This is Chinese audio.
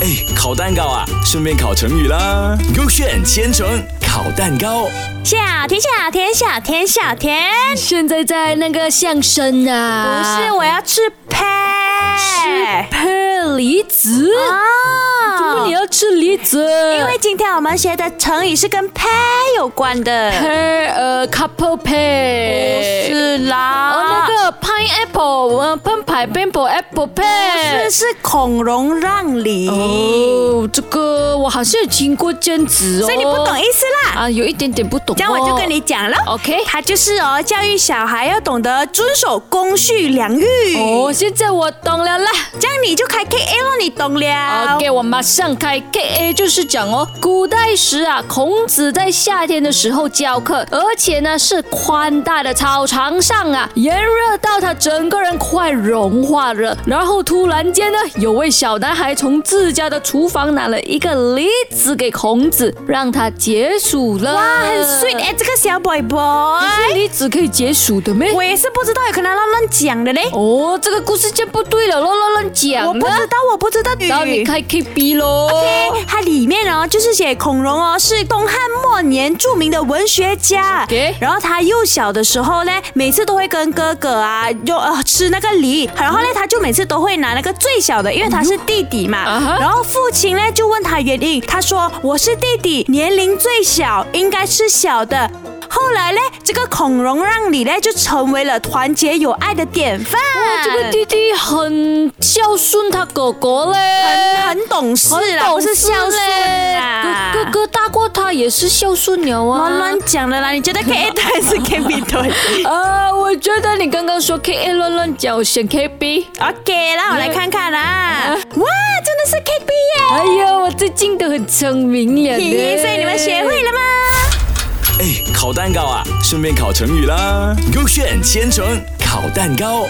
哎，烤蛋糕啊，顺便烤成语啦。勾选千层烤蛋糕，小甜小甜小甜小甜，现在在那个相声不啊，是我要吃配，是配梨子，哦，怎么你要吃梨子？因为今天我们学的成语是跟配有关的， pair 呃 couple 不 pair，是哦那啦，个 pineapple 呃喷牌 pineapple apple 这 pair。是孔融让梨，哦，这个我好像有听过这样子哦，所以你不懂意思啦。啊，有一点点不懂、哦。这样我就跟你讲了。 OK 它就是哦，教育小孩要懂得遵守公序良律。哦，现在我懂了啦。这样你就开 K A 了，你懂了。啊 OK，我马上开 KA，就是讲哦，古代时啊，孔子在夏天的时候教课，而且呢是宽大的草场上啊，炎热到他整个人快融化了。然后突然间呢，有位小男孩从自家的厨房拿了一个梨子给孔子，让他解暑了。哎哇，很 sweet 哎、这个小 boy boy，是梨子可以解暑的咩？我也是不知道，有可能乱乱讲的嘞。哦，这个故事就不对了，乱乱乱我讲不了。知道，我不知道。然后你开 KB 喽。 OK，它里面哦，就是写孔融哦是东汉末年著名的文学家。 OK 然后他幼小的时候呢，每次都会跟哥哥啊，就呃吃那个梨，然后呢，他就每次都会拿那个最小的，因为他是弟弟嘛。啊哈然后父亲呢就问他原因，他说我是弟弟，年龄最小，应该吃小的。后来呢，这个孔融让梨呢就成为了团结友爱的典范。这个弟弟很孝顺他哥哥嘞，很很懂事啦，不是孝顺啦。哥哥哥大过他也是孝顺鸟哦啊。乱乱讲的啦，你觉得 K A 多还是 K B 多啊，我觉得你刚刚说 K A 乱乱讲，我选 K B。 ？OK，让我来看看啦。哇，真的是 K B 耶！哎呀，我最近都很聪明了咦，呢。所以你们学会了吗？哎，烤蛋糕啊，顺便烤成语啦。勾选千层烤蛋糕。